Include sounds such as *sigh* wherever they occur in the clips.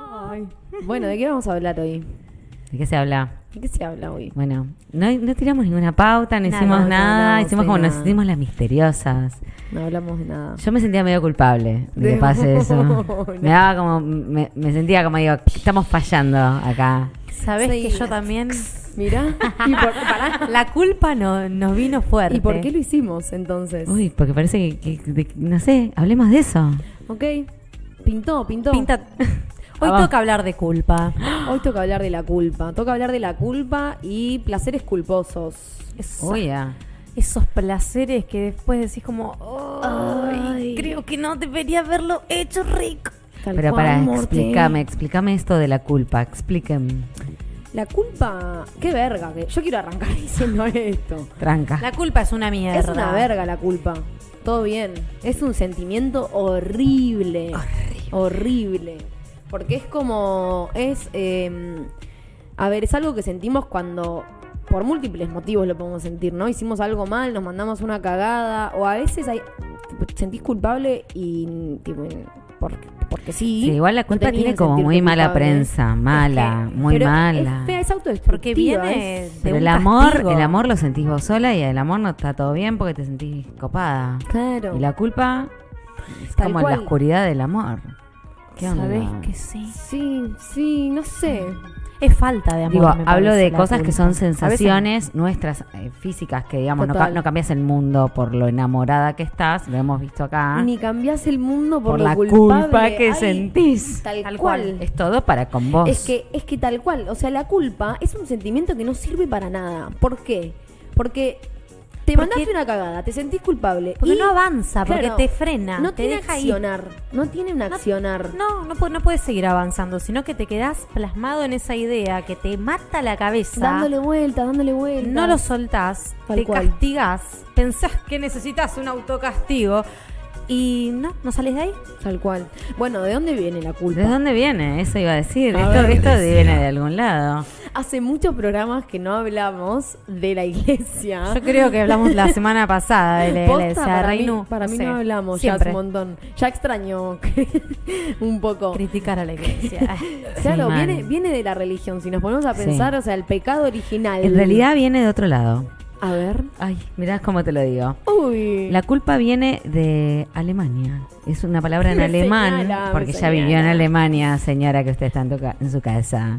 Ay. Bueno, ¿de qué vamos a hablar hoy? ¿De qué se habla? ¿De qué se habla hoy? Bueno, no, no tiramos ninguna pauta, no Nada, hicimos no nada, hablamos hicimos de como nos nada. hicimos las misteriosas. No hablamos de nada. Yo me sentía medio culpable de que De- *laughs* pase eso. No. Me daba como, me, me sentía como digo, estamos fallando acá. Sabes Sí. que yo también. Mirá. *laughs* ¿Y por, pará. La culpa no, nos vino fuerte. ¿Y por qué lo hicimos entonces? Uy, porque parece que, que- de- no sé, hablemos de eso. Ok. Pintó, pintó. Pinta- *laughs* Hoy Ah, toca hablar de culpa. *gasps* Hoy toca hablar de la culpa. Toca hablar de la culpa y placeres culposos. Esa- Uy, ah. Esos placeres que después decís como, "Ay, Ay. creo que no debería haberlo hecho rico. Tal Pero cual, para, Morte. explícame, explícame esto de la culpa, explíqueme. La culpa. Qué verga. que- Yo quiero arrancar *laughs* diciendo esto. Tranca. La culpa es una mierda. Es una verga la culpa. Todo bien. Es un sentimiento horrible. Horrible. Porque es como. Es. eh, a ver, es algo que sentimos cuando. Por múltiples motivos lo podemos sentir, ¿no? Hicimos algo mal, nos mandamos una cagada. O a veces hay, tipo, te sentís culpable y. tipo, porque, porque sí. Sí, igual la No culpa tenías tiene que como sentirte muy mala culpable. prensa, mala, muy Pero mala. Es fea, es autodestructiva. Porque viene es- de Pero un el amor, castigo. el amor lo sentís vos sola y el amor no está todo bien porque te sentís copada. Claro. Y la culpa es Tal como en la cual. oscuridad del amor. ¿Qué onda? Sabés que sí. Sí, sí, no sé. Es falta de amor. Digo, me hablo parece, de la cosas que culpa. son sensaciones nuestras eh, físicas, que digamos, no, ca- Total. no cambias el mundo por lo enamorada que estás, lo hemos visto Ah. acá, Ni cambiás el mundo por, por lo la culpable. culpa que Ay, sentís. Tal, Tal cual. Es todo para con vos. Es que, es que tal cual. O sea, la culpa es un sentimiento que no sirve para nada. ¿Por qué? Porque te Porque- mandaste una cagada, te sentís culpable. Porque y- no avanza, porque claro, te frena. No te tiene deja ahí. accionar. No tiene un accionar. No, no, pu- no puedes seguir avanzando, sino que te quedás plasmado en esa idea que te mata la cabeza. dándole vueltas, dándole vueltas. No lo soltás, Tal te cual. castigás, pensás que necesitas un autocastigo y no, no sales de ahí. Tal cual. Bueno, ¿de dónde viene la culpa? ¿De dónde viene? Eso iba a decir. A esto ver, esto viene de algún lado. Hace muchos programas que no hablamos de la iglesia. Yo creo que hablamos la semana pasada de la Posta, iglesia, para Reinu, mí, para mí sé, no hablamos siempre. ya hace un montón. Ya extraño *laughs* un poco. Criticar a la *laughs* iglesia. Claro, Sí, man. viene, viene de la religión. Si nos ponemos a Sí. pensar, o sea, el pecado original. En realidad viene de otro lado. A ver. Ay, mirá cómo te lo digo. Uy. La culpa viene de Alemania. Es una palabra en Me alemán, señala, me porque ya vivió en señala. Alemania, señora que usted está en, tu ca- en su casa.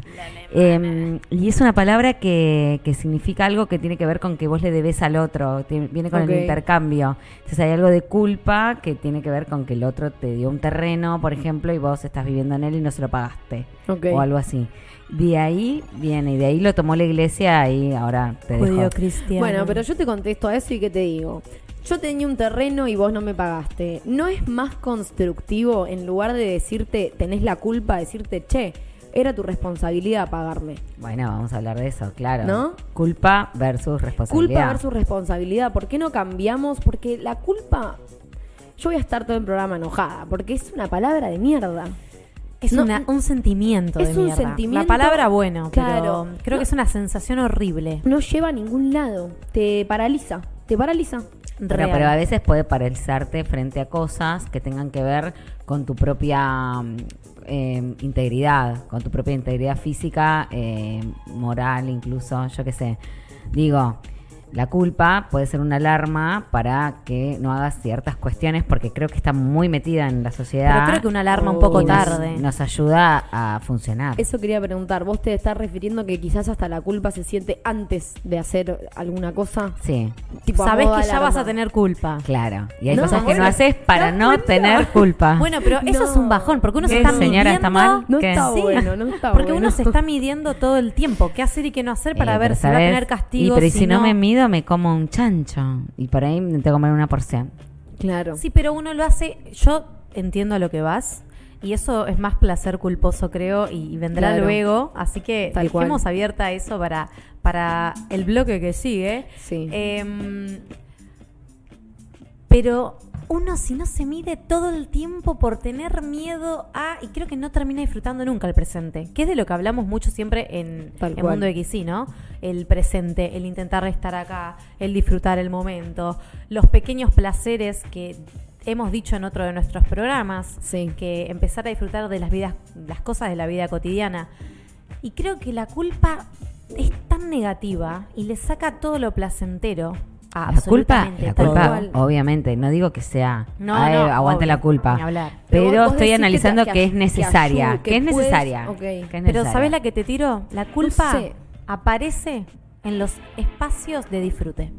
Eh, y es una palabra que, que significa algo que tiene que ver con que vos le debes al otro, Tiene- viene con Ok. el intercambio. Entonces hay algo de culpa que tiene que ver con que el otro te dio un terreno, por ejemplo, y vos estás viviendo en él y no se lo pagaste. Ok. O algo así. De ahí viene, y de ahí lo tomó la iglesia y ahora te dejo. Judío cristiano. Bueno, pero yo te contesto a eso y ¿qué te digo? Yo tenía un terreno y vos no me pagaste. ¿No es más constructivo en lugar de decirte tenés la culpa, decirte che, era tu responsabilidad pagarme? Bueno, vamos a hablar de eso, claro. ¿No? Culpa versus responsabilidad. Culpa versus responsabilidad. ¿Por qué no cambiamos? Porque la culpa. Yo voy a estar todo el programa enojada, porque es una palabra de mierda. es no- una- un sentimiento Es de un mierda. sentimiento- La palabra bueno, Claro. pero creo No. que es una sensación horrible. No lleva a ningún lado. Te paraliza. Te paraliza. Pero, Real. pero a veces puede paralizarte frente a cosas que tengan que ver con tu propia mm, eh, integridad, con tu propia integridad física, eh, moral incluso, yo qué sé. Digo, la culpa puede ser una alarma para que no hagas ciertas cuestiones porque creo que está muy metida en la sociedad. Pero creo que una alarma un Oh. poco y nos- tarde. Nos ayuda a funcionar. Eso quería preguntar. ¿Vos te estás refiriendo que quizás hasta la culpa se siente antes de hacer alguna cosa? Sí. Tipo, a Sabés que modo ya vas alarma. a tener culpa. Claro, y hay No, cosas que bueno, no haces para ¿te das no cuenta? tener culpa. *laughs* Bueno, pero eso No. es un bajón, porque uno se ¿Qué, está señora, está midiendo- mal? No ¿Qué? está Sí. bueno, no está Porque bueno. uno se está midiendo todo el tiempo qué hacer y qué no hacer para Eh, ver pero si va a ¿sabes? tener castigo. Y pero y si no me mido, me como un chancho. Y por ahí me tengo que comer una porción. Claro. Sí, pero uno lo hace. Yo entiendo a lo que vas. Y eso es más placer culposo, creo, y, y vendrá Claro. luego. Así que Tal cual. dejemos abierta eso para, para el bloque que sigue. Sí. Em, pero uno si no se mide todo el tiempo por tener miedo a... Y creo que no termina disfrutando nunca el presente, que es de lo que hablamos mucho siempre en Tal el cual. mundo XY, ¿no? El presente, el intentar estar acá, el disfrutar el momento, los pequeños placeres que hemos dicho en otro de nuestros programas, Sí. que empezar a disfrutar de las vidas, las cosas de la vida cotidiana. Y creo que la culpa es tan negativa y le saca todo lo placentero. A La culpa, Ah, absolutamente la todo. culpa, Igual. obviamente, no digo que sea, No, "Ay, no, aguante obvio, la culpa. ni hablar. Pero Pero, vos- vos decís estoy que te- analizando que, que es ayu- necesaria, que que, es puedes- necesaria. ok. que es Pero, Pero necesaria. ¿sabes la que te tiro? La culpa sé. aparece en los espacios de disfrute.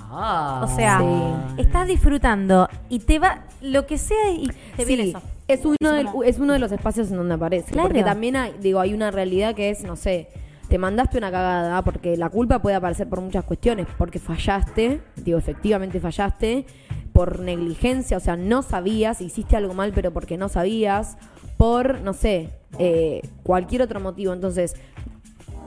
Ah. O sea, este- Sí. estás disfrutando y te va lo que sea y te viene Sí, eso. Es uno, del- como- es uno de los espacios en donde aparece. Claro. Porque también hay, digo, hay una realidad que es, no sé, te mandaste una cagada, porque la culpa puede aparecer por muchas cuestiones, porque fallaste, digo, efectivamente fallaste, por negligencia, o sea, no sabías, hiciste algo mal, pero porque no sabías, por, no sé, eh, cualquier otro motivo. Entonces,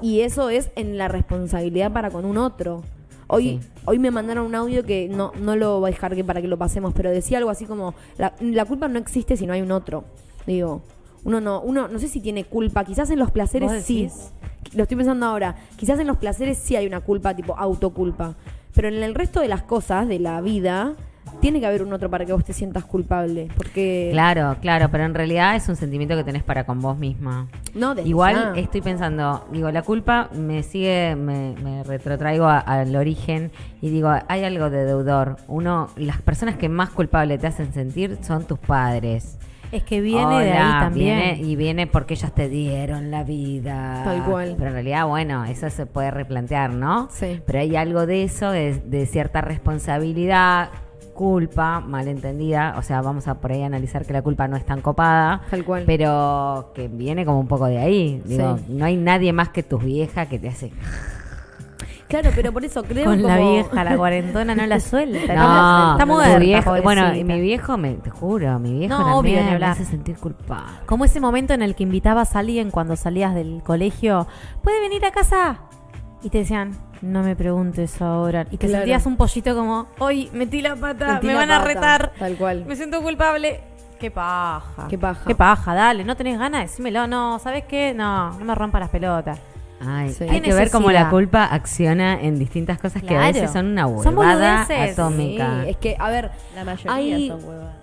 y eso es en la responsabilidad para con un otro. Hoy, Sí. hoy me mandaron un audio que no, no lo voy a dejar que para que lo pasemos, pero decía algo así como, la, la culpa no existe si no hay un otro. Digo, uno no, uno no sé si tiene culpa, quizás en los placeres ¿Vos sí. decís? Lo estoy pensando ahora, quizás en los placeres sí hay una culpa, tipo autoculpa. Pero en el resto de las cosas, de la vida, tiene que haber un otro para que vos te sientas culpable. Porque Claro, claro, pero en realidad es un sentimiento que tenés para con vos misma. no desde Igual ya. estoy pensando, digo, la culpa me sigue, me, me retrotraigo a- al origen y digo, hay algo de deudor. Uno, las personas que más culpable te hacen sentir son tus padres. Es que viene de Hola, ahí también. viene- y viene porque ellos te dieron la vida. Tal cual. Pero en realidad, bueno, eso se puede replantear, ¿no? Sí. Pero hay algo de eso, de, de cierta responsabilidad, culpa, malentendida. O sea, vamos a por ahí analizar que la culpa no es tan copada. Tal cual. Pero que viene como un poco de ahí. Digo, Sí. no hay nadie más que tus viejas que te hace. Claro, pero por eso creo Con la como- *laughs* vieja, la cuarentona no la suelta. No, está tu muerta, viejo- bueno, y pobrecita. mi viejo, me, te juro, mi viejo No, obvio, también ni me hablar. hace sentir culpable. Como ese momento en el que invitabas a alguien cuando salías del colegio, ¿puede venir a casa? Y te decían, no me preguntes ahora. Y te Claro. sentías un pollito como, hoy metí la pata, Metí me la van a pata", retar. tal cual. Me siento culpable. Qué paja. Qué paja. Qué paja, dale, no tenés ganas, decímelo. No, ¿sabes qué? No, no me rompa las pelotas. Ay, Sí. Hay ¿Qué que ver cómo necesidad? la culpa acciona en distintas cosas que a Claro. veces son una Son huevada boludeces. atómica. Sí, es que, a ver, La mayoría Hay- son huevadas.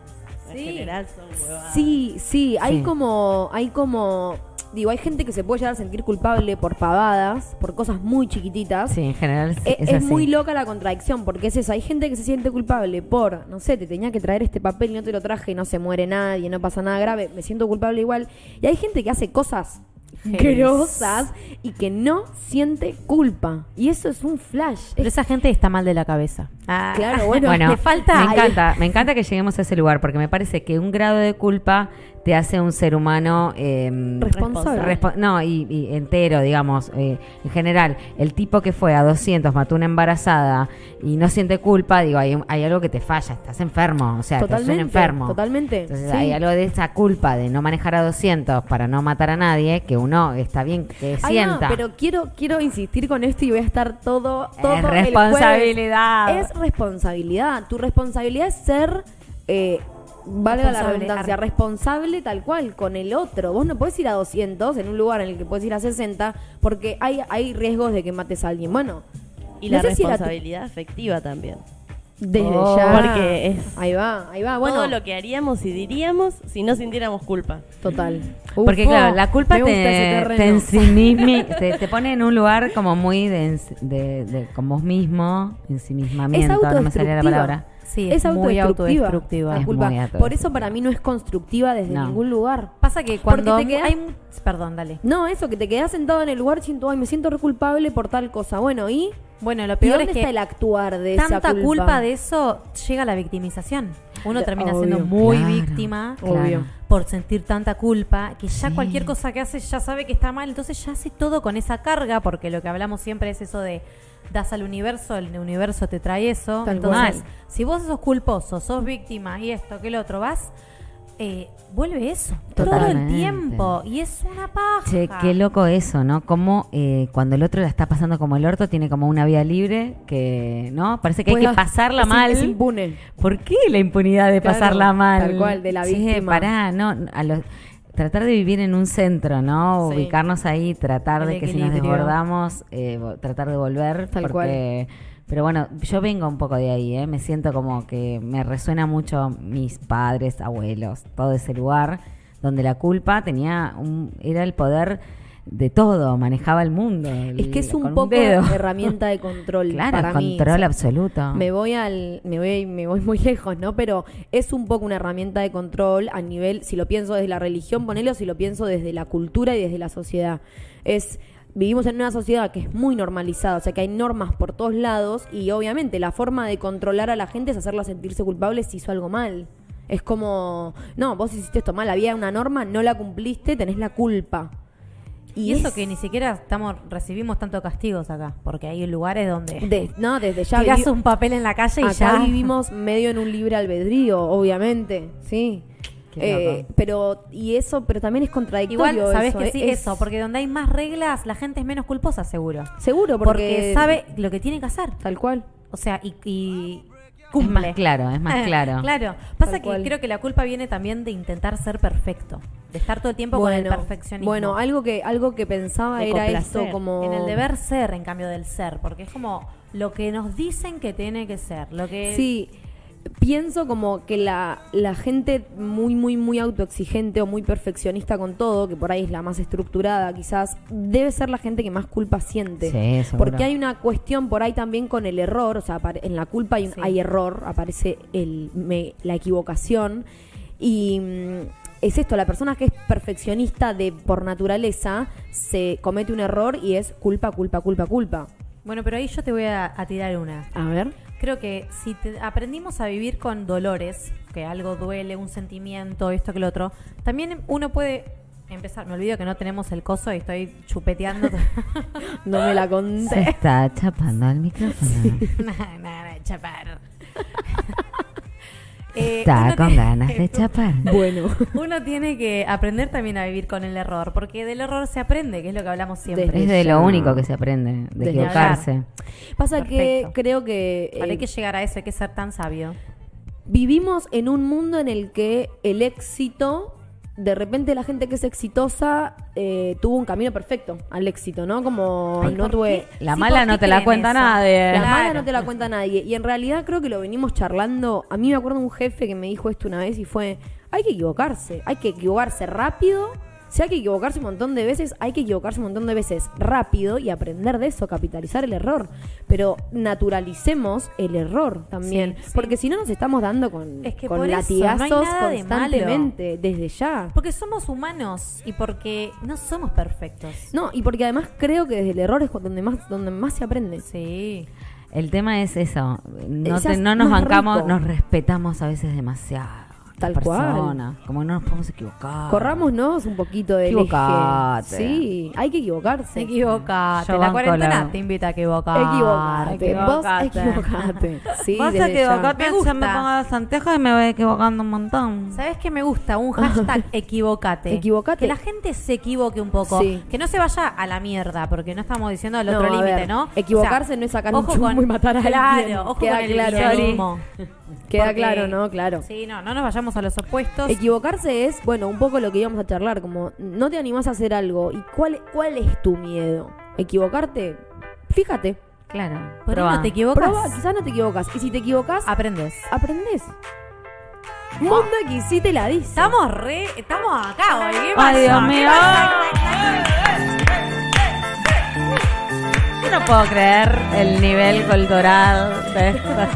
En Sí. general son huevadas. Sí, sí, hay Sí. como, hay como, digo, hay gente que se puede llegar a sentir culpable por pavadas, por cosas muy chiquititas. Sí, en general es, E- es Es, así. muy loca la contradicción, porque es eso, hay gente que se siente culpable por, no sé, te tenía que traer este papel y no te lo traje y no se muere nadie, no pasa nada grave, me siento culpable igual. Y hay gente que hace cosas Heavies. grosas y que no siente culpa. Y eso es un flash. Pero Es- esa gente está mal de la cabeza. Ah. *laughs* claro, bueno, bueno, le falta... me encanta, me encanta que lleguemos a ese lugar porque me parece que un grado de culpa te hace un ser humano eh, Responsable. respo- no, y, y entero, digamos. eh, en general, el tipo que fue a 200, mató una embarazada y no siente culpa, digo, hay, hay algo que te falla, estás enfermo, o sea, estás un Totalmente, enfermo. totalmente, Entonces sí. hay algo de esa culpa de no manejar a 200 para no matar a nadie, que uno está bien que Ay, no, sienta. pero quiero, quiero insistir con esto y voy a estar todo, Es todo el jueves. responsabilidad. es responsabilidad. Tu responsabilidad es ser, eh, valga la Responsable, redundancia, arre. responsable tal cual con el otro. Vos no podés ir a 200 en un lugar en el que podés ir a 60 porque hay, hay riesgos de que mates a alguien. Bueno, Y no la sé si era tu- responsabilidad afectiva también. desde Oh, ya. porque es- Ahí va, ahí va. Ah, Bueno, Todo lo que haríamos y diríamos si no sintiéramos culpa. total. Porque Ufo, claro, la culpa me te, gusta ese te, terreno. *laughs* ensimismi- te, te pone en un lugar como muy de, ens- de- de- con vos mismo, Es ensimismamiento, no me salía autodestructiva. la palabra. Sí, es, es muy autodestructiva. autodestructiva. la Es culpa. muy autodestructiva. Por eso para mí no es constructiva desde No. ningún lugar. Pasa que Porque cuando te quedas- hay un- Perdón, dale. No, eso, que te quedás sentado en el lugar siento, ay, me siento re culpable por tal cosa. Bueno, ¿y? Bueno, lo ¿Y peor dónde es que está el actuar de esa tanta culpa? culpa. de eso llega a la victimización. Uno De- termina obvio. siendo muy Claro, víctima Obvio. por sentir tanta culpa que ya Sí. cualquier cosa que hace ya sabe que está mal, entonces ya hace todo con esa carga, porque lo que hablamos siempre es eso de das al universo, el universo te trae eso. Tal entonces, cual. si vos sos culposo, sos víctima y esto que el otro vas, eh, vuelve eso todo el Totalmente. tiempo y es una paja. Che, qué loco eso, ¿no? Como cuando el otro la está pasando como el orto, tiene como una vía libre que, ¿no? Parece que hay Pueda- que pasarla es in- mal. Es impune. ¿Por qué la impunidad de Claro, pasarla mal? tal cual, de la Che, víctima. pará, no, a los... tratar de vivir en un centro, ¿no? Sí. Ubicarnos ahí, tratar El de que si nos equilibrio. desbordamos, eh, vo- tratar de volver. Tal porque, Pero bueno, yo vengo un poco de ahí, ¿eh? Me siento como que me resuena mucho mis padres, abuelos, todo ese lugar donde la culpa tenía un, era el poder de todo, manejaba el mundo. Es que es el- un con poco dedo. herramienta de control *laughs* Claro, para mí. control O sea, Ah. absoluto. Me voy al, me voy, me voy *laughs* muy lejos, ¿no? Pero es un poco una herramienta de control a nivel, si lo pienso desde la religión, ponelo, si lo pienso desde la cultura y desde la sociedad. Es vivimos en una sociedad que es muy normalizada, o sea que hay normas por todos lados y obviamente la forma de controlar a la gente es hacerla sentirse culpable si hizo algo mal. Es como, no, vos hiciste esto mal, había una norma, no la cumpliste, tenés la culpa. Y eso es que ni siquiera estamos recibimos tanto castigos acá, porque hay lugares donde *laughs* de- no, desde ya tirás vivi- un papel en la calle y Acá ya vivimos medio en un libre albedrío, obviamente, sí. Qué Eh, loco. pero y eso, pero también es contradictorio. *laughs* Igual sabes eso, que eh, sí es- eso, porque donde hay más reglas la gente es menos culposa, seguro. seguro Porque, porque, sabe lo que tiene que hacer. tal cual. O sea, y, y es cumple. más claro, *laughs* es *laughs* más claro. claro. Pasa Tal que cual. creo que la culpa viene también de intentar ser perfecto, de estar todo el tiempo con el perfeccionismo. bueno, algo que algo que pensaba De era complacer. esto como en el deber ser, en cambio del ser, porque es como lo que nos dicen que tiene que ser, lo que Sí, pienso como que la, la gente muy, muy, muy autoexigente o muy perfeccionista con todo, que por ahí es la más estructurada quizás, debe ser la gente que más culpa siente. Sí, seguro. Porque hay una cuestión por ahí también con el error, o sea, apare- en la culpa hay, un- Sí. hay error, aparece el, me- la equivocación y... mm, es esto, la persona que es perfeccionista de por naturaleza se comete un error y es culpa, culpa, culpa, culpa. Bueno, pero ahí yo te voy a, a tirar una. A ver. Creo que si te- aprendimos a vivir con dolores, que algo duele, un sentimiento, esto que lo otro, también uno puede empezar. Me olvido que no tenemos el coso y estoy chupeteando. No me la Se conté. está chapando al micrófono. *laughs* Nada, nada, chapar. *laughs* Eh, Está uno con tiene- ganas *laughs* de chapar. *laughs* Bueno. Uno tiene que aprender también a vivir con el error, porque del error se aprende, que es lo que hablamos siempre. Desde Es de ya. lo único que se aprende, de Desde equivocarse. hablar. Pasa Perfecto. que creo que, eh, Ahora hay que llegar a eso, hay que ser tan sabio. vivimos en un mundo en el que el éxito, de repente la gente que es exitosa eh, tuvo un camino perfecto al éxito, ¿no? Como Ay, no ¿por tuve... qué? La Sí, mala ¿por no qué te la creen cuenta eso? nadie. Las Claro. malas no te la cuenta nadie. Y en realidad creo que lo venimos charlando. A mí me acuerdo un jefe que me dijo esto una vez y fue, hay que equivocarse, hay que equivocarse rápido. Si hay que equivocarse un montón de veces, hay que equivocarse un montón de veces rápido y aprender de eso, capitalizar el error. Pero naturalicemos el error también. Sí, sí. porque si no nos estamos dando con, Es que con por eso, latigazos no hay nada de constantemente, desde ya. Porque somos humanos y porque no somos perfectos. No, y porque además creo que desde el error es donde más, donde más se aprende. Sí. El tema es eso. No, Esa te- es no nos más bancamos, rico. nos respetamos a veces demasiado. Tal persona. Como no nos podemos Ah. equivocar. Corrámonos un poquito del Equivocate. eje. Sí, hay que equivocarse. Equivocate. Yo La banco cuarentena la- te invita a equivocar. Equivocate. Vos equivocate. Sí, desde ya. Me gusta. yo los anteojos y me voy equivocando un montón. ¿Sabes qué me gusta? *laughs* Un hashtag equivocate. Equivocate. Que la gente se equivoque un poco. Sí. Que no se vaya a la mierda, porque no estamos diciendo el No, otro a límite, ver, ¿no? equivocarse no es sacar un chumbo y matar a claro, alguien. Ojo Queda con el claro. victimismo. Queda Porque- claro, ¿no? Claro. Sí, no, no nos vayamos a los opuestos. Equivocarse es, bueno, un poco lo que íbamos a charlar, como no te animás a hacer algo. ¿Y cuál, cuál es tu miedo? ¿Equivocarte? Fíjate. Claro. Por ahí probá. no te equivocas. Proba, quizás no te equivocas. Y si te equivocas, Aprendes. aprendes. Mundo que sí te la dice. Estamos re. Estamos acá, hoy. ¿Qué pasa? Ay, Dios ¿Qué mío. pasa? Yo no puedo creer el nivel cultural de esta.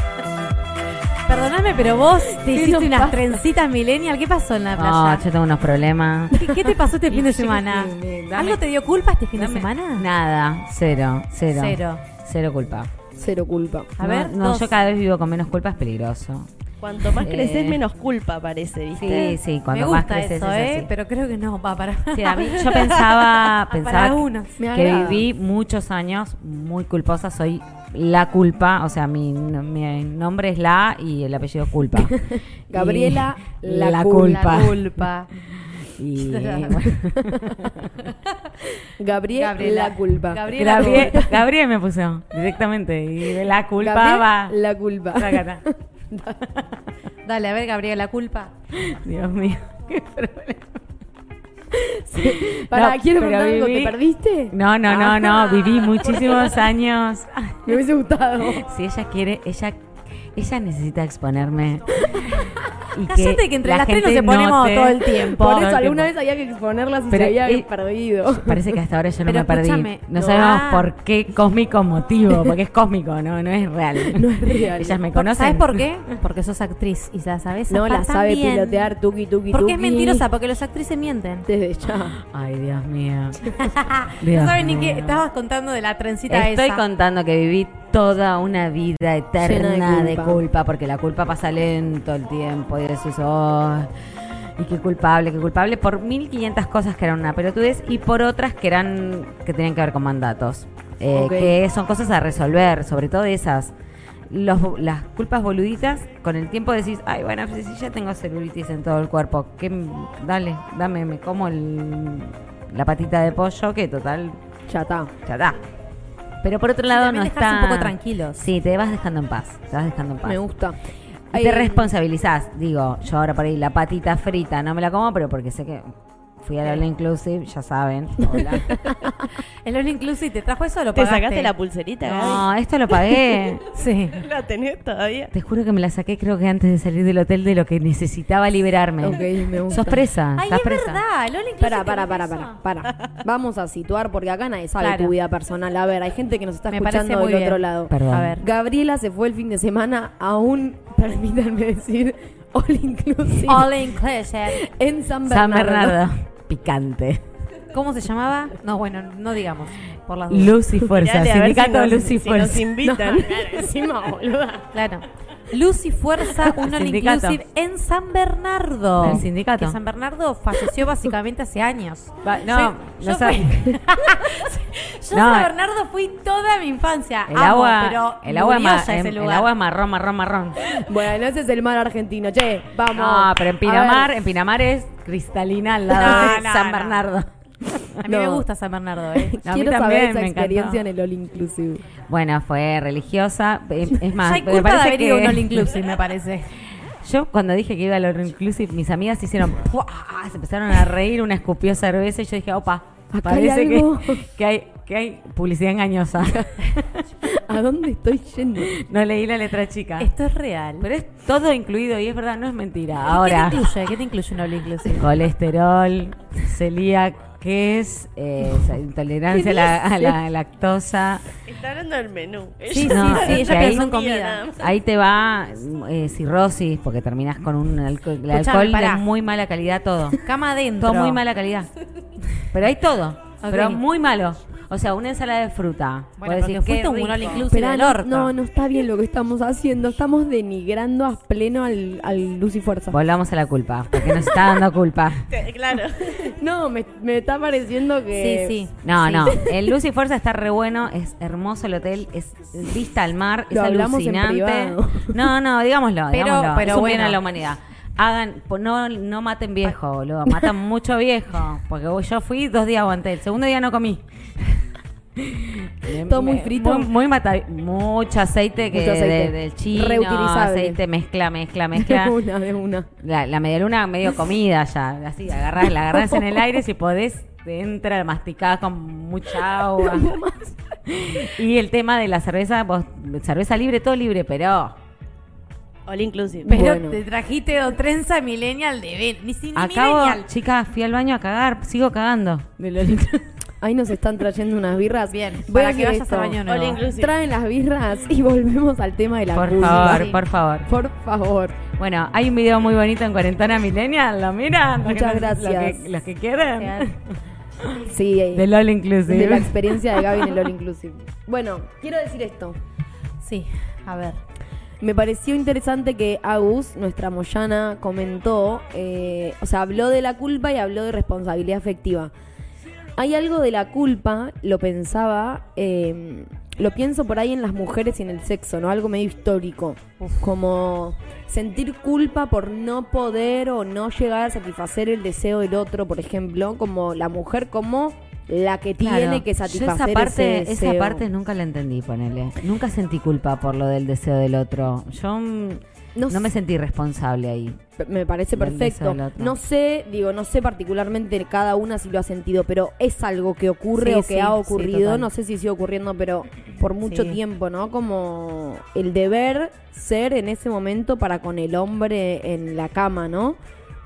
Perdóname, pero vos te nos hiciste unas pasa? trencitas millennial. ¿Qué pasó en la No, playa? yo tengo unos *laughs* problemas. ¿Qué, qué te *laughs* pasó este fin de semana? sí, sí, dame. ¿Algo te dio culpa este fin de Dame- semana? Nada, cero, cero. Cero. Cero culpa. Cero culpa. A No, ver, no, dos. yo cada vez vivo con menos culpa, es peligroso. Cuanto más Eh. creces, menos culpa parece, ¿viste? Sí, sí, cuando Me más gusta creces eso, es ¿eh? así. Pero creo que no va para. *laughs* Sí, a mí- yo pensaba, pensaba para que- unos. Me que agrada. viví muchos años muy culposa, soy la culpa, o sea, mi, no- mi nombre es la y el apellido es culpa. *laughs* Gabriela, Y- la culpa. La culpa. *laughs* *laughs* Y, bueno, Gabriel, Gabriela. la culpa. Gabriel, la Gabriel, culpa. Gabriel me puso directamente y de la culpa Gabriel, va. La culpa. *laughs* *laughs* Sácata. Dale, a ver, Gabriel, la culpa. Dios mío, qué problema. Para, No, quiero pero preguntar algo. ¿Te viví- perdiste? No, no, no, Ah. no, *laughs* viví muchísimos años. *laughs* Me hubiese *laughs* gustado. Si ella quiere, ella ella necesita exponerme. Y Cállate que entre la las tres nos gente exponemos note- todo el tiempo. Todo Por eso el alguna tiempo. vez había que exponerlas y Pero, se había eh, perdido. *laughs* Parece que hasta ahora yo no Pero me perdí. escúchame, No no. sabemos Ah. por qué cósmico motivo, porque es cósmico, no, no es *laughs* real. *laughs* No es real. Ellas me Por- conocen. ¿Sabes *laughs* por qué? Porque sos actriz y la sabes No la sabe pilotear tuki tuki Porque es tuki. mentirosa, porque las actrices mienten. Desde ya. Ay, Dios mío. *laughs* no Dios saben ni mío. qué. Estabas contando de la trencita Estoy esa. contando que viví toda una vida eterna Llena de de culpa. culpa. porque la culpa pasa lento el tiempo y eso es, oh, y qué culpable, qué culpable por 1500 cosas que eran una pelotudez y por otras que eran que tenían que ver con mandatos, eh, Ok. que son cosas a resolver, sobre todo esas. Los, las culpas boluditas, con el tiempo decís, ay, bueno, si ya tengo celulitis en todo el cuerpo, que dale, dame, me como el- la patita de pollo, que total Ya está. ya está. Pero por otro Y lado no también dejarse está... un poco tranquilos. Sí, te vas dejando en paz, te vas dejando en paz. Me gusta. Y te Eh, responsabilizás. Digo, yo ahora por ahí la patita frita no me la como, pero porque sé que fui a la All Inclusive, ya saben. Hola. El All Inclusive te trajo eso o lo ¿Te pagaste. sacaste la pulserita, no, esto lo pagué. *laughs* Sí. Gaby? *laughs* ¿La tenés todavía? Te juro que me la saqué creo que antes de salir del hotel de lo que necesitaba liberarme. Ok, me gusta. Sos presa, Ay, estás es presa. verdad. El All Inclusive. Pará, te pará, trajo pará, eso. pará, pará. Vamos a situar porque acá nadie sabe Claro. tu vida personal. A ver, hay gente que nos está Me parece escuchando muy del otro bien. lado. Perdón. A ver. Gabriela se fue el fin de semana a un, permítanme decir, *laughs* all inclusive All Inclusive. en San Bernardo. San Bernardo. Picante. ¿Cómo se llamaba? No, bueno, no digamos. Por las dudas. Luz y fuerza. Mirale, a ver Sindicato si nos, Luz y si fuerza. nos invitan. Encima, boluda. Claro. Luz y Fuerza, *laughs* un All Sindicato. Inclusive en San Bernardo. El sindicato. Que San Bernardo falleció básicamente hace años. Va- no, Soy- no yo sabe. fui- *laughs* *laughs* yo No. San Bernardo fui toda mi infancia. El Amo, agua, pero el, agua es murió ma- em, ya ese el lugar. agua es marrón, marrón, marrón. Bueno, ese es el mar argentino. Che, vamos. No, pero en A *laughs* Pinamar, ver. en Pinamar es cristalina al lado No, de *laughs* no, San no. Bernardo. A mí No. me gusta San *laughs* Bernardo, ¿eh? No, a mí Quiero también, saber esa me experiencia encantó. en el All Inclusive. Bueno, fue religiosa. eh, Es más, ya hay me culpa de parece haber ido a que- un All Inclusive, me parece. *laughs* Yo cuando dije que iba al All Inclusive, mis amigas se hicieron, ¡pua! se empezaron a reír, una escupió cerveza y yo dije, opa, Acá hay parece que, algo. *laughs* que hay, que hay publicidad *laughs* engañosa. ¿A dónde estoy yendo? no leí la letra chica. Esto es real. Pero es todo incluido y es verdad, no es mentira. Este ¿Qué Ahora. te incluye? ¿Qué te incluye un All Inclusive? colesterol, celíaca, que es eh, esa intolerancia a la, a la lactosa. Está hablando del menú. Sí, Ella- No, sí, sí, que ella ahí- pensó en nada comida. más. Ahí te va eh, cirrosis, porque terminas con un alco- el alcohol de pará. muy mala calidad todo. Cama adentro. Todo muy mala calidad. Pero hay todo. Ok. Pero muy malo. O sea, una ensalada de fruta. Bueno, Vos decís, porque qué fuiste un rico. All Inclusive Esperá, del no- orto. no, no está bien lo que estamos haciendo. Estamos denigrando a pleno al, al Luz y Fuerza. Volvamos a la culpa, porque nos está dando culpa. Te- Claro. No, me, me está pareciendo Sí, que. sí. No, Sí. *laughs* no. El Luz y Fuerza está re bueno. Es hermoso el hotel. Es vista al mar. Lo es hablamos en alucinante. privado. *laughs* No, no, digámoslo. Pero- digámoslo. pero es un bien bueno. a la humanidad. Hagan, po- no, no maten viejo, boludo. *laughs* Matan mucho viejo. Porque voy- yo fui dos días aguanté. El segundo día no comí. *laughs* Todo muy frito. Muy, muy mata- mucho aceite que Mucho aceite. de- del chino. Reutilizable. Aceite mezcla, mezcla, mezcla. *laughs* De una, de una. La, la medialuna medio comida ya, así, agarrás, la agarrás en el aire, si podés, te entra masticada con *laughs* mucha agua. y el tema de la cerveza, vos, cerveza libre, todo libre, pero All inclusive. Pero Bueno. te trajiste dos trenza millennial de Ben. Ni si ni acabo, millennial. chicas, fui al baño a cagar, sigo cagando. Ahí nos están trayendo unas birras. Bien, Voy para a hacer que vayas esto. al baño All nuevo. inclusive. Traen las birras y volvemos al tema de la por culpa. favor, por favor. Por favor. Bueno, hay un video muy bonito en Cuarentena Millennial, lo miran. Los que Muchas no- gracias. Los que, los que quieren. Sí, eh, Del All de, Inclusive. la experiencia de Gaby en el All Inclusive. Bueno, quiero decir esto. Sí, a ver. Me pareció interesante que Agus, nuestra Moyana, comentó, eh, o sea, habló de la culpa y habló de responsabilidad afectiva. Hay algo de la culpa, lo pensaba, eh, lo pienso por ahí en las mujeres y en el sexo, ¿no? Algo medio histórico. Como sentir culpa por no poder o no llegar a satisfacer el deseo del otro, por ejemplo, como la mujer como la que Claro. tiene que Yo satisfacer esa parte, ese esa deseo. parte nunca la entendí, ponele. Nunca sentí culpa por lo del deseo del otro. Yo mm, No no, sé. me sentí responsable ahí. P- Me parece Del deseo perfecto. del otro. No sé, digo, no sé particularmente de cada una si lo ha sentido, pero es algo que ocurre Sí, o que sí, ha sí, ocurrido. total. no sé si sigue ocurriendo, pero por mucho Sí. tiempo, ¿no? Como el deber ser en ese momento para con el hombre en la cama, ¿no?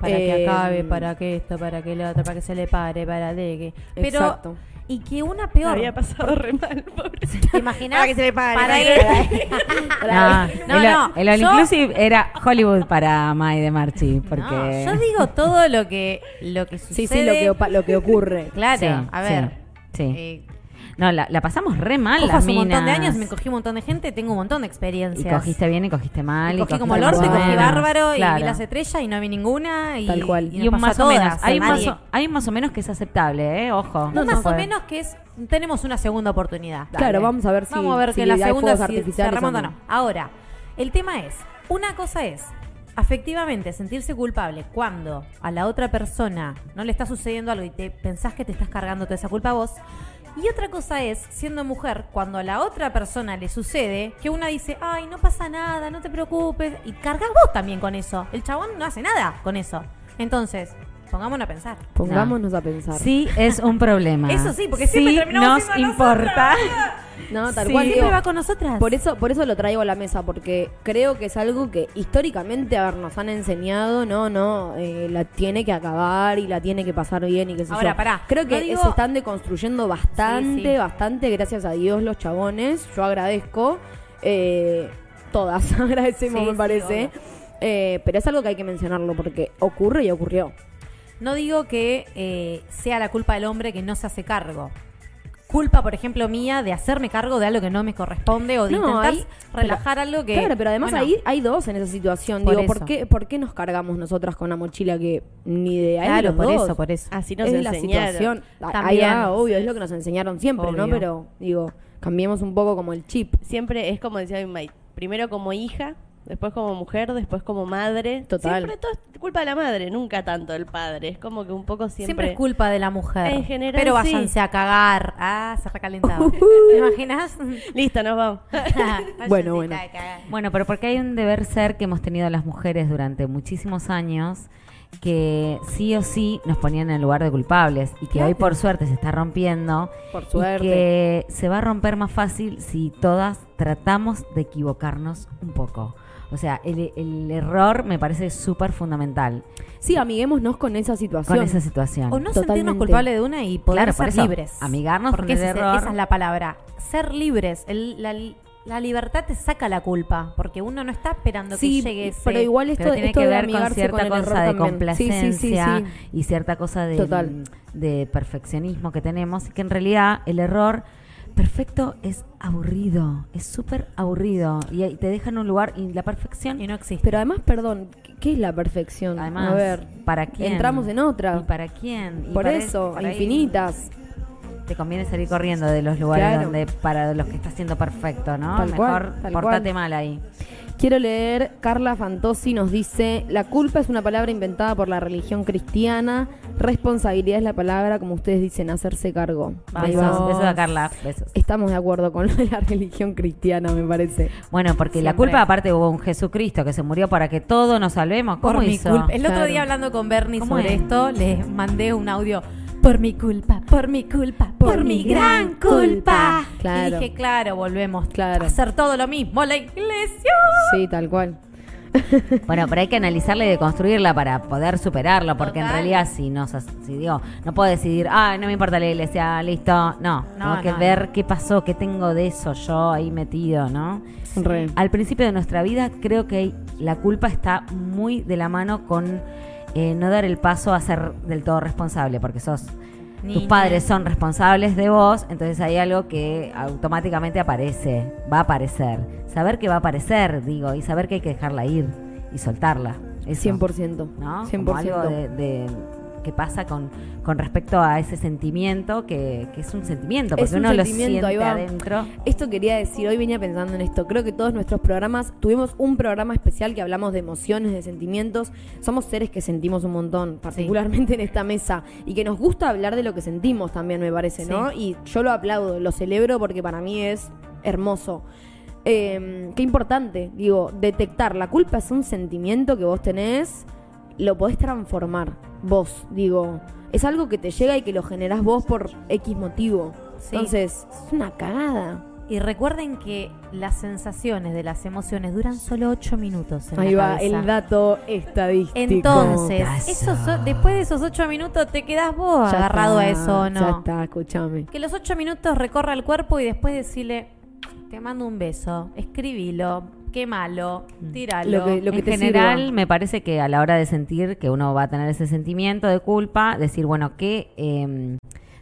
Para que Eh, acabe, para que esto, para que lo otro, para que se le pare, para de que. Pero, Exacto. y que una Me peor. había pasado re mal, pobre. ¿Te imaginas? Para que se le pare, para que- *laughs* Ah, No, el, no, el All yo- Inclusive era Hollywood para May de Marchi. Porque... No, yo digo todo lo que, lo que Sí, sucede. sí, lo que, opa- lo que *laughs* ocurre. Claro, Sí, a ver. sí, sí. eh, No, la, la pasamos re mal cojo las hace un montón de minas. años, me cogí un montón de gente, tengo un montón de Y experiencias. cogiste bien y cogiste mal. Y y cogí como el cogiste orto, y más o cogí menos. bárbaro, y Claro. vi las estrellas y no vi ninguna. Y, Tal cual. Y, Y un más o menos. Hay un más más o, hay un más o menos que es aceptable, ¿eh? Ojo. un más o Fue- menos que es tenemos una segunda oportunidad. Dale. Claro, vamos a ver si- Vamos a ver si que la hay segunda fuegos si artificiales se remonta o o no. no. Ahora, el tema es, una cosa es afectivamente sentirse culpable cuando a la otra persona no le está sucediendo algo y te pensás que te estás cargando toda esa culpa a vos. Y otra cosa es, siendo mujer, cuando a la otra persona le sucede, que una dice, ay, no pasa nada, no te preocupes, y cargas vos también con eso. El chabón no hace nada con eso. Entonces, pongámonos a pensar. Pongámonos a pensar. Sí, es un problema. Eso sí, porque siempre terminamos nos siendo importa. No, tal Sí. cual. Siempre digo, va con nosotras. Por eso, por eso lo traigo a la mesa, porque creo que es algo que históricamente, a ver, nos han enseñado, no, no, eh, la tiene que acabar y la tiene que pasar bien y qué sé Ahora, yo. pará, Creo que no digo- se están deconstruyendo bastante, Sí, sí. bastante, gracias a Dios, los chabones. Yo agradezco. eh, todas *laughs* agradecemos, Sí, me sí, parece. obvio. Eh, pero es algo que hay que mencionarlo, porque ocurre y ocurrió. No digo que eh, sea la culpa del hombre que no se hace cargo. Culpa, por ejemplo, mía de hacerme cargo de algo que no me corresponde o de No, intentar ahí- relajar algo que. Claro, pero además bueno, ahí hay dos en esa situación. Por Digo, ¿por eso. qué, ¿por qué nos cargamos nosotras con una mochila que ni idea es de los Claro, por dos? eso, por eso. Así nos es la enseñaron. situación. Ah, Ahí También. va, obvio, es lo que nos enseñaron siempre, ¿no? Obvio. Pero, digo, cambiemos un poco como el chip. Siempre es como decía mi Mike, primero como hija, después como mujer, después como madre. Total. Siempre todo es culpa de la madre, nunca tanto del padre. Es como que un poco Siempre, siempre... es culpa de la mujer. En general, Pero sí. váyanse a cagar. Ah, se recalentaba. ¿Te imaginas? Listo, nos vamos. Bueno, Váyanse bueno. a cagar. Bueno, pero porque hay un deber ser que hemos tenido las mujeres durante muchísimos años que sí o sí nos ponían en el lugar de culpables y que hoy por suerte se está rompiendo Por y que se va a romper más fácil si todas tratamos de equivocarnos un poco. O sea, el, el error me parece súper fundamental Sí, amiguémonos con esa situación. con esa situación. O no sentirnos Totalmente. culpables de una y poder Claro, por ser eso, libres. amigarnos Porque con el ese es- error. esa es la palabra. Ser libres. El- la, li- la libertad te saca la culpa. Porque uno no está esperando Sí, que llegue ese... pero igual esto, Pero tiene esto que de ver con amigarse cierta el error cosa de también. complacencia Sí, sí, sí, sí. y cierta cosa de, Total. de perfeccionismo que tenemos y que en realidad el error perfecto es aburrido, es súper aburrido y ahí te deja en un lugar y la perfección Y no existe. Pero además, perdón, ¿qué- ¿qué es la perfección? además A ver, para quién entramos en otra. y para quién Y por para- eso, por ahí infinitas. te conviene salir corriendo de los lugares Claro. donde para los que estás siendo perfecto, ¿no? Tal cual, Mejor tal portate cual. mal ahí. Quiero leer, Carla Fantozzi nos dice, la culpa es una palabra inventada por la religión cristiana, responsabilidad es la palabra, como ustedes dicen, hacerse cargo. Ahí Besos, va. besos a Carla, besos. Estamos de acuerdo con lo de la religión cristiana, me parece. Bueno, porque la Siempre. culpa aparte hubo un Jesucristo que se murió para que todos nos salvemos. ¿Cómo Por mi hizo? culpa. *laughs* El otro Claro. día hablando con Bernie ¿Cómo sobre es? esto, les mandé un audio. Por mi culpa, por mi culpa, por, mi gran culpa. Claro. Y dije, claro, volvemos Claro. a hacer todo lo mismo, la iglesia. Sí, tal cual. Bueno, pero hay que analizarla y deconstruirla para poder superarlo, porque en Total. realidad si no, si digo, no puedo decidir, ah, no me importa la iglesia, listo, no, tengo que no, ver no. qué pasó, qué tengo de eso yo ahí metido, ¿no? Re. Al principio de nuestra vida creo que la culpa está muy de la mano con eh, no dar el paso a ser del todo responsable, porque sos... Tus Niña. padres son responsables de vos, entonces hay algo que automáticamente aparece, va a aparecer. Saber que va a aparecer, digo, y saber que hay que dejarla ir y soltarla. Eso, 100%. ¿No? Como 100%. algo de, de que pasa con, con respecto a ese sentimiento, que, que es un sentimiento, porque Es un uno lo sentimiento, ahí siente va. adentro. Esto quería decir, hoy venía pensando en esto. Creo que todos nuestros programas, tuvimos un programa especial que hablamos de emociones, de sentimientos. Somos seres que sentimos un montón, particularmente en esta mesa. Y que nos gusta hablar de lo que sentimos también, me parece, ¿no? Y yo lo aplaudo, lo celebro porque para mí es hermoso. Eh, qué importante, digo, detectar. La culpa es un sentimiento que vos tenés, lo podés transformar vos, digo. Es algo que te llega y que lo generás vos por X motivo. Sí. Entonces, es una cagada. Y recuerden que las sensaciones de las emociones duran solo 8 minutos. En Ahí la va cabeza. el dato estadístico. Entonces, Tazo. esos o- después de esos 8 minutos te quedás vos Ya agarrado a está, eso o Ya no. está, escúchame. Que los 8 minutos recorra el cuerpo y después decirle, te mando un beso, escribilo, quémalo, tíralo. Mm. Lo que- lo en te general, sirva. me parece que a la hora de sentir que uno va a tener ese sentimiento de culpa, decir, bueno, ¿qué, eh,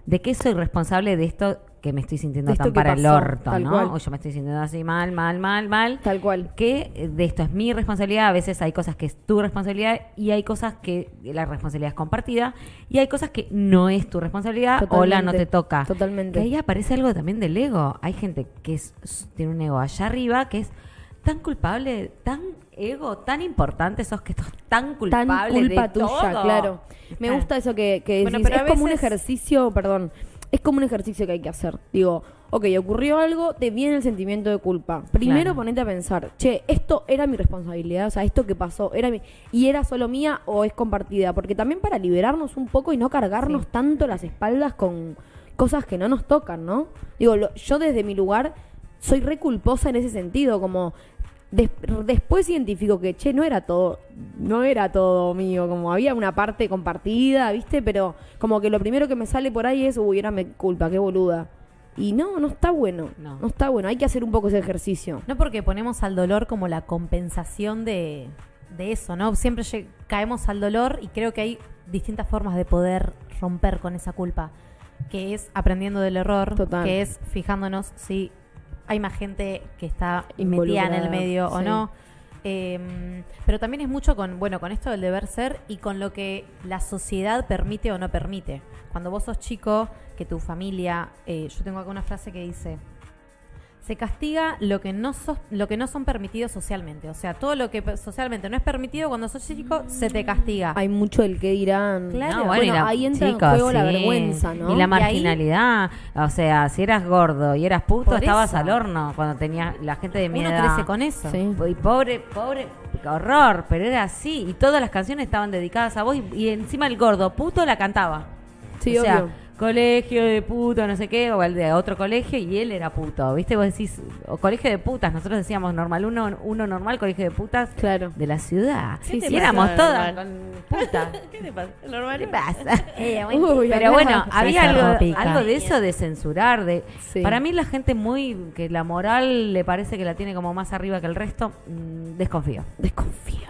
¿de qué soy responsable de esto que me estoy sintiendo De esto tan que para el pasó, orto, tal no? cual. O yo me estoy sintiendo así mal, mal, mal, mal. Tal cual. que de esto es mi responsabilidad, a veces hay cosas que es tu responsabilidad y hay cosas que la responsabilidad es compartida y hay cosas que no es tu responsabilidad o la no Totalmente, te toca. totalmente. Que ahí aparece algo también del ego. Hay gente que es- tiene un ego allá arriba que es tan culpable, tan ego, tan importante sos que sos tan culpable Tan culpa de tuya, todo. claro. Me Ah. gusta eso que, que Bueno, decís. pero a es como un veces- ejercicio, perdón, es como un ejercicio que hay que hacer. Digo, ok, ocurrió algo, te viene el sentimiento de culpa. Primero Claro. ponete a pensar, che, esto era mi responsabilidad, o sea, esto que pasó, era mi... ¿Y era solo mía o es compartida? Porque también para liberarnos un poco y no cargarnos tanto las espaldas con cosas que no nos tocan, ¿no? Digo, lo- yo desde mi lugar soy re culposa en ese sentido, como... des- después identifico que, che, no era todo, no era todo mío, como había una parte compartida, ¿viste? Pero como que lo primero que me sale por ahí es, uy, era mi culpa, qué boluda. Y no, no está bueno. No. no está bueno. Hay que hacer un poco ese ejercicio. No porque ponemos al dolor como la compensación de, de eso, ¿no? Siempre lleg- caemos al dolor y creo que hay distintas formas de poder romper con esa culpa, que es aprendiendo del error, Total. que es fijándonos si hay más gente que está metida Involucrada, en el medio o sí. no. Eh, pero también es mucho con, bueno, con esto del deber ser y con lo que la sociedad permite o no permite. Cuando vos sos chico, que tu familia, eh, yo tengo acá una frase que dice, se castiga lo que no sos- lo que no son permitidos socialmente. O sea, todo lo que pe- socialmente no es permitido cuando sos chico se te castiga. Hay mucho del que dirán. Claro. No, bueno, bueno, y la- ahí entra chicos, en juego la sí. vergüenza, ¿no? Y la Y ahí- marginalidad. o sea, si eras gordo y eras puto, Por estabas eso. al horno cuando tenía la gente de mi Uno edad. crece con eso. Sí. Y pobre, pobre, horror, pero era así. Y todas las canciones estaban dedicadas a vos y, y encima el gordo puto la cantaba. Sí, o sea, obvio. colegio de puto, no sé qué, o el de otro colegio y él era puto. ¿Viste? Vos decís, o colegio de putas. Nosotros decíamos normal, uno, uno normal, colegio de putas Claro. de la ciudad. Sí, pues, eh, y sí. éramos Normal. todas con *laughs* putas. ¿Qué te pasa? Normal. ¿Qué pasa? Uy, Pero acá- Eh, bueno, había cerró, algo, pica. algo de eso de censurar. de Sí. Para mí la gente muy, que la moral le parece que la tiene como más arriba que el resto, mm, desconfío. Desconfío.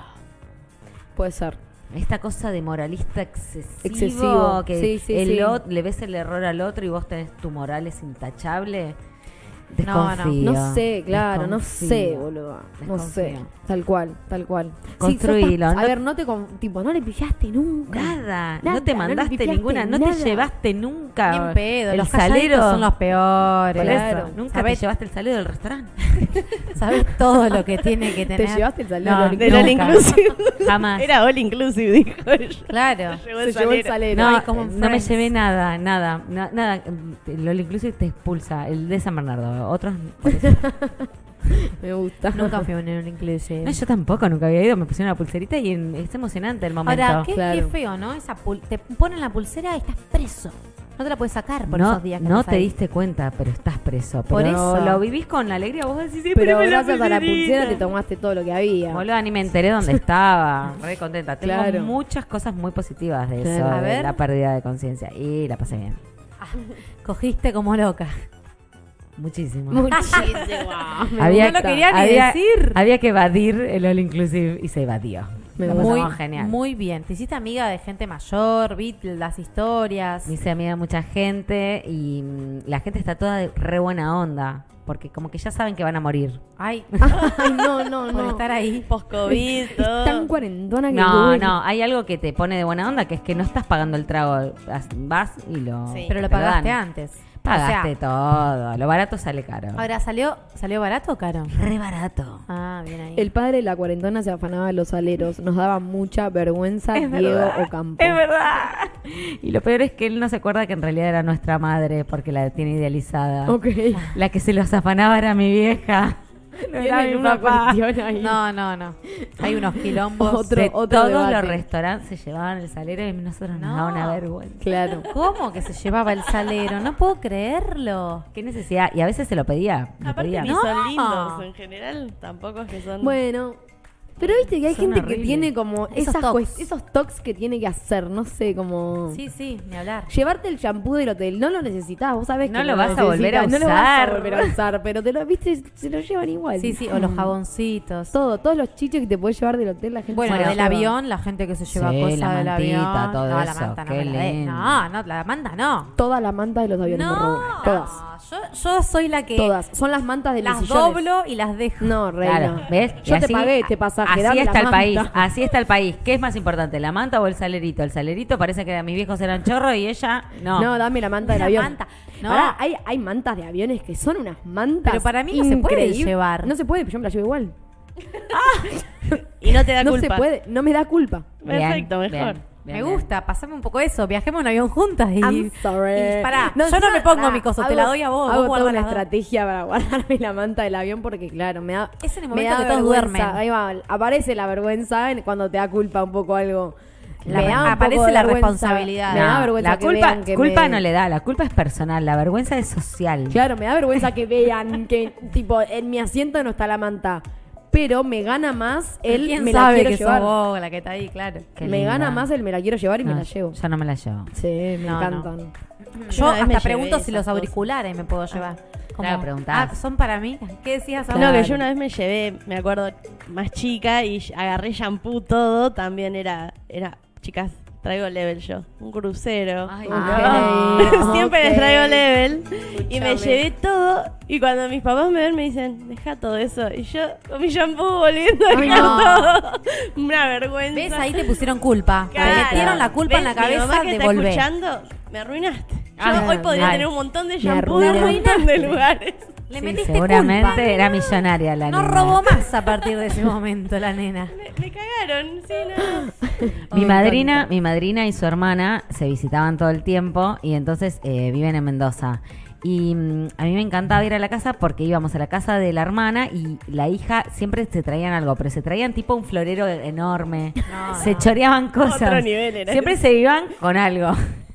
Puede ser. Esta cosa de moralista excesivo, Excesivo, que sí, sí, el sí. ot- le ves el error al otro y vos tenés tu moral es intachable. No, no. Desconfío. No sé, claro, no desconfío. sé, boludo. No Desconfío. sé. Tal cual, tal cual. Sí, sos Construilo, tan- no- a ver, no te. con- tipo, no le pillaste nunca. Nada, no Nada, te no le mandaste pifiaste ninguna, no te nada. llevaste nunca Bien pedo, el los salero. salero son los peores. Por Claro. eso, nunca Sabés- te llevaste el salero del restaurante. *laughs* Sabes todo lo que tiene que Te tener. llevaste el salero No, del Del all Nunca. Ah. inclusive. Jamás. Era all inclusive, dijo ella. Claro. Llegó Se llevó el salero. No, Ay, como en eh, no me Friends. llevé nada, nada, na- nada. Lo inclusive te expulsa, el de San Bernardo, otros... por eso. *laughs* Me gusta. Nunca fui a un inclusive. No, yo tampoco, nunca había ido, me pusieron una pulserita y en- es emocionante el momento. Ahora, qué, Claro. qué feo, ¿no? Esa pul- te ponen la pulsera y estás preso. No te la puedes sacar por no esos días que no estás te ahí. diste cuenta, pero estás preso. Por Pero eso. Lo vivís con la alegría, vos decís, sí, *laughs* Pero poneme gracias a la pulsera pulserita. te tomaste todo lo que había. Boluda, ni me enteré *laughs* dónde estaba. Re contenta. Tengo Claro. muchas cosas muy positivas de eso, Claro. A de ver. la pérdida de conciencia. Y la pasé bien. Cogiste como loca. Muchísimo. Muchísimo. Me había, gusta. no *laughs* lo quería ni había- decir. Había que evadir el All Inclusive y se evadió. Me La gusta. pasamos muy, genial. muy bien. Te hiciste amiga de gente mayor, vi las historias. Me hice amiga de mucha gente y mm, la gente está toda de re buena onda. porque como que ya saben que van a morir. *laughs* Ay, Ah, Ay, no, no, *laughs* por no. estar ahí. *laughs* Post-COVID, Es todo. tan cuarentona que No, tuve- no, hay algo que te pone de buena onda, que es que no estás pagando el trago, as- vas y lo... Sí. Pero lo te pagaste dan. antes. O Pagaste sea, todo, lo barato sale caro. Ahora, ¿salió, ¿salió barato o caro? Re barato. Ah, bien ahí. El padre de la cuarentona se afanaba los aleros. Nos daba mucha vergüenza Diego Ocampo. Es verdad. Y lo peor es que él no se acuerda que en realidad era nuestra madre porque la tiene idealizada. Ok. *laughs* La que se los afanaba era mi vieja. No era Tienen mi una papá. cuestión ahí. No, no, no. Hay unos quilombos. Otro- De otro todos los debate. restaurantes se llevaban el salero y nosotros nos No. daba una vergüenza. Claro. ¿Cómo que se llevaba el salero? No puedo creerlo. Qué necesidad. Y a veces se lo pedía. lo Aparte pedía. ni No. son lindos en general, tampoco es que son... Bueno. Pero viste que hay Son gente que horribles. tiene como Esos esas tocs. cuest- esos tocs que tiene que hacer, no sé, como... Sí, sí, ni hablar. Llevarte el shampoo del hotel, no lo necesitas, vos sabés No que lo vas a volver a necesitas, No lo vas a usar. volver a usar, pero te lo, viste, se lo llevan igual. Sí, sí, o los jaboncitos. Todo, todos los chiches que te puedes llevar del hotel, la gente Bueno, se los del lleva. avión, la gente que se lleva Sí, cosas la del mantita, avión. todo no, la eso, manta no qué me la des. lindo. No, no, la manta no. Todas las mantas de los aviones me robo. Todas. No, yo, yo soy la que Todas. Son las mantas de las los sillones. doblo y las dejo. No, reina. Claro, ¿ves? Yo Y te así- pagué este pasaje. Así dame está el la país, manta. así está el país. ¿Qué es más importante, la manta o el salerito? El salerito parece que mis viejos eran chorros y ella no. No. dame la manta del La avión. manta. No. Pará, hay, hay mantas de aviones que son unas mantas. Pero para mí no se puede increíbles. llevar. No se puede, pero yo me la llevo igual. Y no te da no culpa. se puede, no me da culpa. Bien, Perfecto, bien, mejor. bien, me bien. gusta, pasame un poco eso. Viajemos en avión juntas y. I'm sorry. y pará, yo no encima, me pongo pará, mi coso, te hago- la doy a vos. Hago vos toda una guardás las dos. estrategia para guardarme la manta del avión porque, claro, me da. Es en el me momento da que todos vergüenza. duermen. Ahí va, aparece la vergüenza en- cuando te da culpa un poco algo. La- Me da un poco aparece de la vergüenza. responsabilidad. Me da No, vergüenza la que culpa, vean que culpa me- no le da, la culpa es personal, la vergüenza es social. Claro, me da vergüenza que vean que, tipo, en mi asiento no está la manta. Pero me gana más el ¿Quién me la sabe quiero que llevar. sos vos la que está ahí, claro. Qué me linda. gana más el me la quiero llevar y me No, la llevo. Yo Ah, no me la llevo. Sí, me No, encantan. Yo una vez me hasta llevé pregunto si esas los cosas. auriculares me puedo llevar. Claro, preguntás. ah, son para mí. ¿Qué decías No, ahora? que yo una vez me llevé, me acuerdo, más chica y ll- agarré shampoo todo, también era, era, chicas, traigo level yo, un crucero. Ay, Ah, ok. *laughs* Siempre les traigo level y me Escuchame. llevé todo y cuando mis papás me ven me dicen, deja todo eso y yo con mi shampoo volviendo a Ay, dejar no. todo. *laughs* Una vergüenza. ¿Ves? Ahí te pusieron culpa. Te Claro. metieron la culpa en la ¿Ves? Mi cabeza mamá que de está volver. escuchando, me arruinaste. Yo Ah, hoy podría ay. tener un montón de Me shampoo de un arruinaste. montón de lugares. Le Sí, metiste seguramente culpa. era millonaria la No nena. robó más a partir de ese momento la nena. Me, me cagaron, sí, no. *laughs* Mi Me madrina, encanta. mi madrina y su hermana se visitaban todo el tiempo y entonces eh, viven en Mendoza. Y mm, a mí me encantaba ir a la casa porque íbamos a la casa de la hermana y la hija siempre se traían algo, pero se traían tipo un florero enorme. No, se no. choreaban cosas. Otro nivel era siempre se iban con algo. *laughs*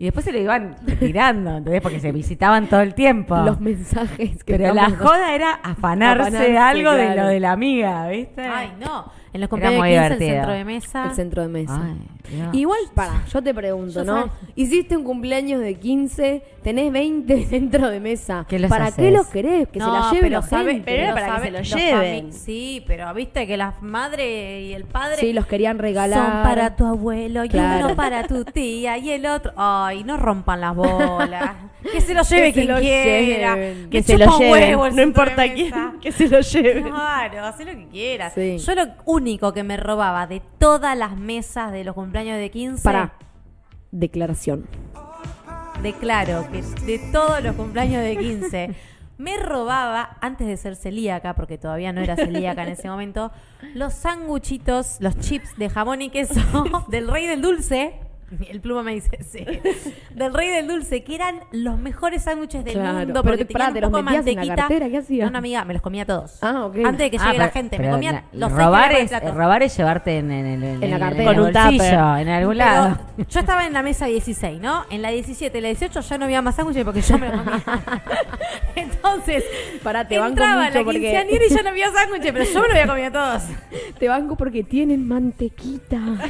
Y después se lo iban tirando, ¿entendés? Porque se visitaban todo el tiempo. Los mensajes que pero la estamos- joda era afanarse, Afanarse, algo de claro. lo de la amiga, ¿viste? Ay, no. En los Era cumpleaños muy de 15, el divertido. centro de mesa. El centro de mesa. Ay, Dios. Igual, para, yo te pregunto, Yo ¿no? sabes- Hiciste un cumpleaños de 15, tenés 20 *laughs* de centro de mesa. ¿Qué los ¿Para haces? qué los querés? Que se la lleve pero la sabe- gente. pero era para que sabe- se lo los lleven. fami- Sí, pero viste que la madre y el padre Sí, los querían regalar. son para tu abuelo y Claro. uno para tu tía y el otro. Ay, no rompan las bolas. Que se lo Que se lleve quien lo quiera. lleven. Me que se lo chupa un lleven, huevo el centro no de importa mesa. quién, que se lo lleven. Claro, haz lo que quieras. Sí. Yo lo único que me robaba de todas las mesas de los cumpleaños de 15, Para. Declaración. declaro que de todos los cumpleaños de 15, me robaba, antes de ser celíaca, porque todavía no era celíaca en ese momento, los sanguchitos, los chips de jamón y queso *laughs* del rey del dulce. El pluma me dice sí. Del rey del dulce, que eran los mejores sándwiches del Claro, mundo. pero Porque te- pará, tenían ¿te un los poco de metías en la mantequita. cartera? ¿Qué hacías? No, no, amiga, me los comía todos. Ah, ok. Antes de que Ah, llegue la pero- gente, me pero comía na- los seis que robar había por es, plato. robar es llevarte en, en- en- en- la en- cartera. en el Con un bolsillo, tupper. en algún Pero lado. yo estaba en la mesa 16, ¿no? En la 17, la 18 ya no había más sándwiches porque yo me los comía. Entonces, Pará, te banco entraba mucho la porque- quinceañera y ya no había sándwiches, pero yo me los había comido todos. *laughs* Te banco porque tienen mantequita. *laughs* Son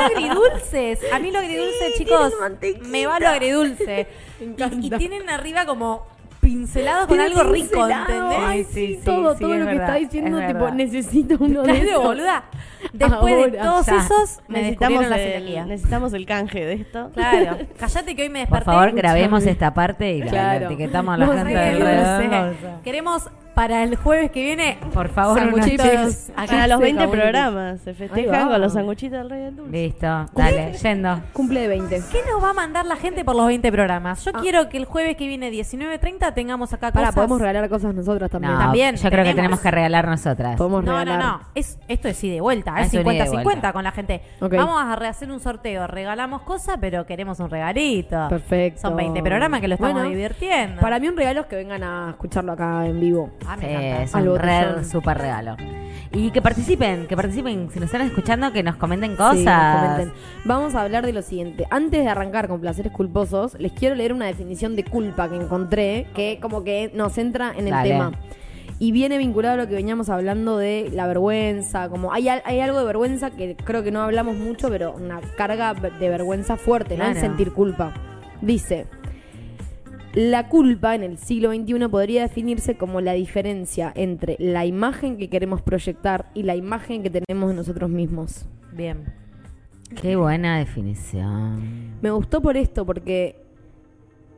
agridulces. A mí lo agridulce, chicos, tienen mantequita. me va lo agridulce. Me Y, y encanta. tienen arriba como pincelado con algo rico, ¿entendés? Ay, Sí, sí, sí, sí, todo, sí, todo es lo que verdad, está diciendo, es tipo, verdad. necesito uno de Claro, esos. boluda. Después de Ahora, todos ya. esos, me necesitamos, descubrieron la el, celiaquía. necesitamos el canje de esto. *laughs* Claro. Callate que hoy me Por desperté. favor, grabemos esta parte y la, Claro. la etiquetamos a la No gente sé, del no alrededor. Queremos para el jueves que viene. Por favor, unos Sanguchitos. chips. Para los Sí, 20 jabulitos. programas se Ahí festejan va. con los sanguchitos del Rey del Dulce. Listo, dale, yendo. Cumple de 20. ¿Qué nos va a mandar la gente por los 20 programas? Yo Ah. quiero que el jueves que viene 19.30 tengamos acá Para, cosas. podemos regalar cosas nosotras también. No, También yo creo que tenemos. tenemos que regalar nosotras. Podemos No, no, regalar. no. Es, esto es ida y vuelta. Ah, Es es un ida y vuelta. 50-50 con la gente. Ok. Vamos a rehacer un sorteo. Regalamos cosas, pero queremos un regalito. Perfecto. Son 20 programas que lo estamos Bueno, divirtiendo. Para mí un regalo es que vengan a escucharlo acá en vivo. Ah, Sí, me encanta. Eh, es Al un botellón. red super regalo. Y que participen, que participen. Si nos están escuchando, que nos comenten Sí, nos cosas. comenten. Vamos a hablar de lo siguiente. Antes de arrancar con placeres culposos, les quiero leer una definición de culpa que encontré, que como que nos centra en el Dale. tema. Y viene vinculado a lo que veníamos hablando de la vergüenza, como hay, al- hay algo de vergüenza que creo que no hablamos mucho, pero una carga de vergüenza fuerte, ¿no? El Claro. sentir culpa. Dice, la culpa en el siglo XXI podría definirse como la diferencia entre la imagen que queremos proyectar y la imagen que tenemos de nosotros mismos. Bien. Qué buena definición. Me gustó por esto, porque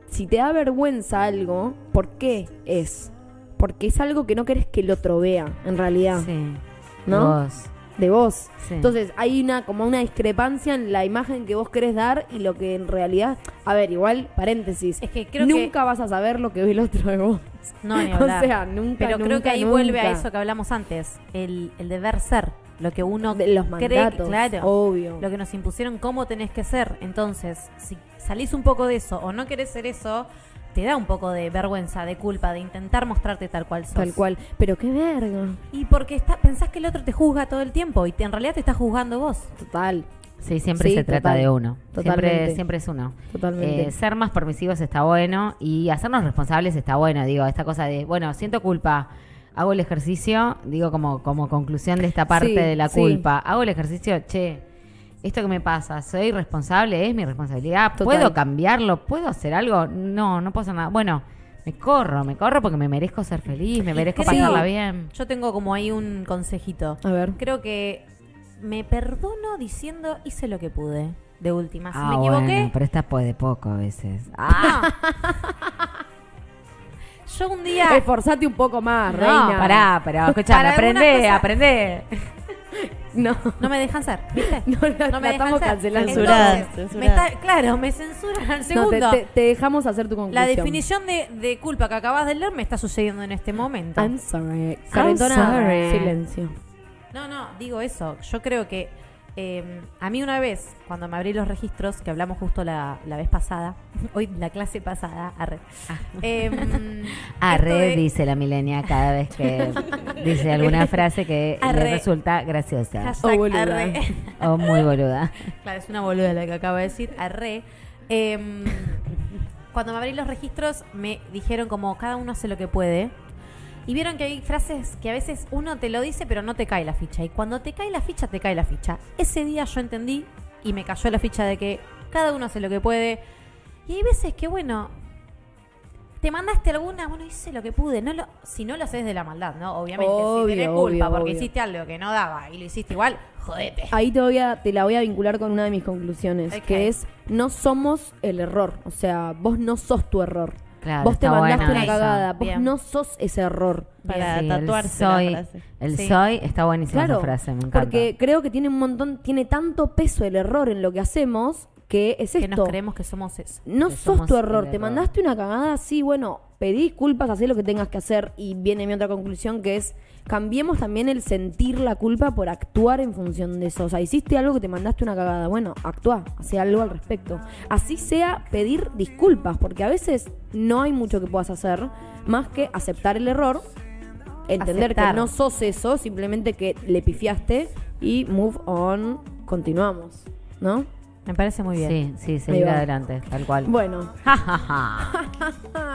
si te da vergüenza algo, ¿por qué es? Porque es algo que no querés que el otro vea, en realidad, Sí. ¿no? Vos. De vos. Sí. Entonces hay una como una discrepancia en la imagen que vos querés dar y lo que en realidad, a ver, igual paréntesis, Es que creo que- nunca vas a saber lo que ve el otro de vos. No, ni *laughs* O hablar. sea, nunca, Pero creo nunca, que ahí nunca. vuelve a eso que hablamos antes, el, el deber ser, lo que uno De los cree, que- mandatos, claro, obvio. lo que nos impusieron cómo tenés que ser. Entonces, si salís un poco de eso o no querés ser eso, te da un poco de vergüenza, de culpa, de intentar mostrarte tal cual sos. Tal cual. Pero qué verga. Y porque está, pensás que el otro te juzga todo el tiempo y te- en realidad te está juzgando vos. Total. Sí, siempre Sí, se trata total. de uno. Totalmente. Siempre, siempre es uno. Totalmente. Eh, ser más permisivos está bueno y hacernos responsables está bueno. Digo, esta cosa de, bueno, siento culpa, hago el ejercicio, digo como, como conclusión de esta parte Sí, de la sí. culpa, hago el ejercicio, che, esto que me pasa, soy responsable, es mi responsabilidad, Total. ¿puedo cambiarlo? ¿Puedo hacer algo? No, no puedo hacer nada. Bueno, me corro, me corro porque me merezco ser feliz, me merezco creo- pasarla bien. Yo tengo como ahí un consejito. Ah. A ver. Creo que me perdono diciendo hice lo que pude. De última, si Ah, me equivoqué, bueno, pero esta puede poco a veces. Ah. *laughs* Yo un día. Esforzate un poco más, No, reina. Pará, *laughs* pero escuchame, Para alguna aprende, *laughs* cosa- aprende. *laughs* No. *laughs* No me dejan ser, ¿viste? *laughs* No, la- la estamos cancelando. Censurada, Entonces, me censurada. está- claro, me censuran al No, segundo. te, te- te dejamos hacer tu conclusión. La definición de, de culpa que acabas de leer me está sucediendo en este momento. I'm sorry. Calentona, Silencio. No, no, digo eso. Yo creo que eh, a mí una vez, cuando me abrí los registros, que hablamos justo la, la vez pasada, *laughs* hoy la clase pasada, arre. Em, Ah. *laughs* Arre, esto de- Ah, dice la milenia cada vez que dice alguna frase que Arre. le resulta graciosa hashtag Oh, boluda. arre. o muy boluda. Claro, es una boluda la que acabo de decir, arre. *laughs* Em, cuando me abrí los registros me dijeron como cada uno hace lo que puede. Y vieron que hay frases que a veces uno te lo dice pero no te cae la ficha. Y cuando te cae la ficha, te cae la ficha. Ese día yo entendí y me cayó la ficha de que cada uno hace lo que puede. Y hay veces que, bueno, te mandaste alguna, bueno, hice lo que pude. No lo, si no lo haces de la maldad, ¿no? Obviamente, si Obvio, tenés culpa obvio, porque obvio. Ah, hiciste algo que no daba y lo hiciste igual, jodete. Ahí todavía te la voy a vincular con una de mis conclusiones, Ok. que es no somos el error. O sea, vos no sos tu error. Claro, vos te está mandaste buena una esa. cagada. Vos Bien. no sos ese error. Para Sí, tatuarse la el soy, frase. el Sí. soy está buenísima Claro, esa frase, me encanta. porque creo que tiene un montón, tiene tanto peso el error en lo que hacemos que es que esto. nos creemos que somos eso. No Que sos somos tu el error, te error. mandaste una cagada, sí, bueno, pedí disculpas, hacé lo que tengas que hacer y viene mi otra conclusión que es cambiemos también el sentir la culpa por actuar en función de eso. O sea, hiciste algo que te mandaste una cagada, bueno, actúa, hace algo al respecto. Así sea pedir disculpas, porque a veces no hay mucho que puedas hacer más que aceptar el error, entender Aceptar. que no sos eso, simplemente que le pifiaste y move on, continuamos, ¿no? Me parece muy bien. Sí, sí, seguir va. adelante, tal cual. Bueno, Ja, ja, ja.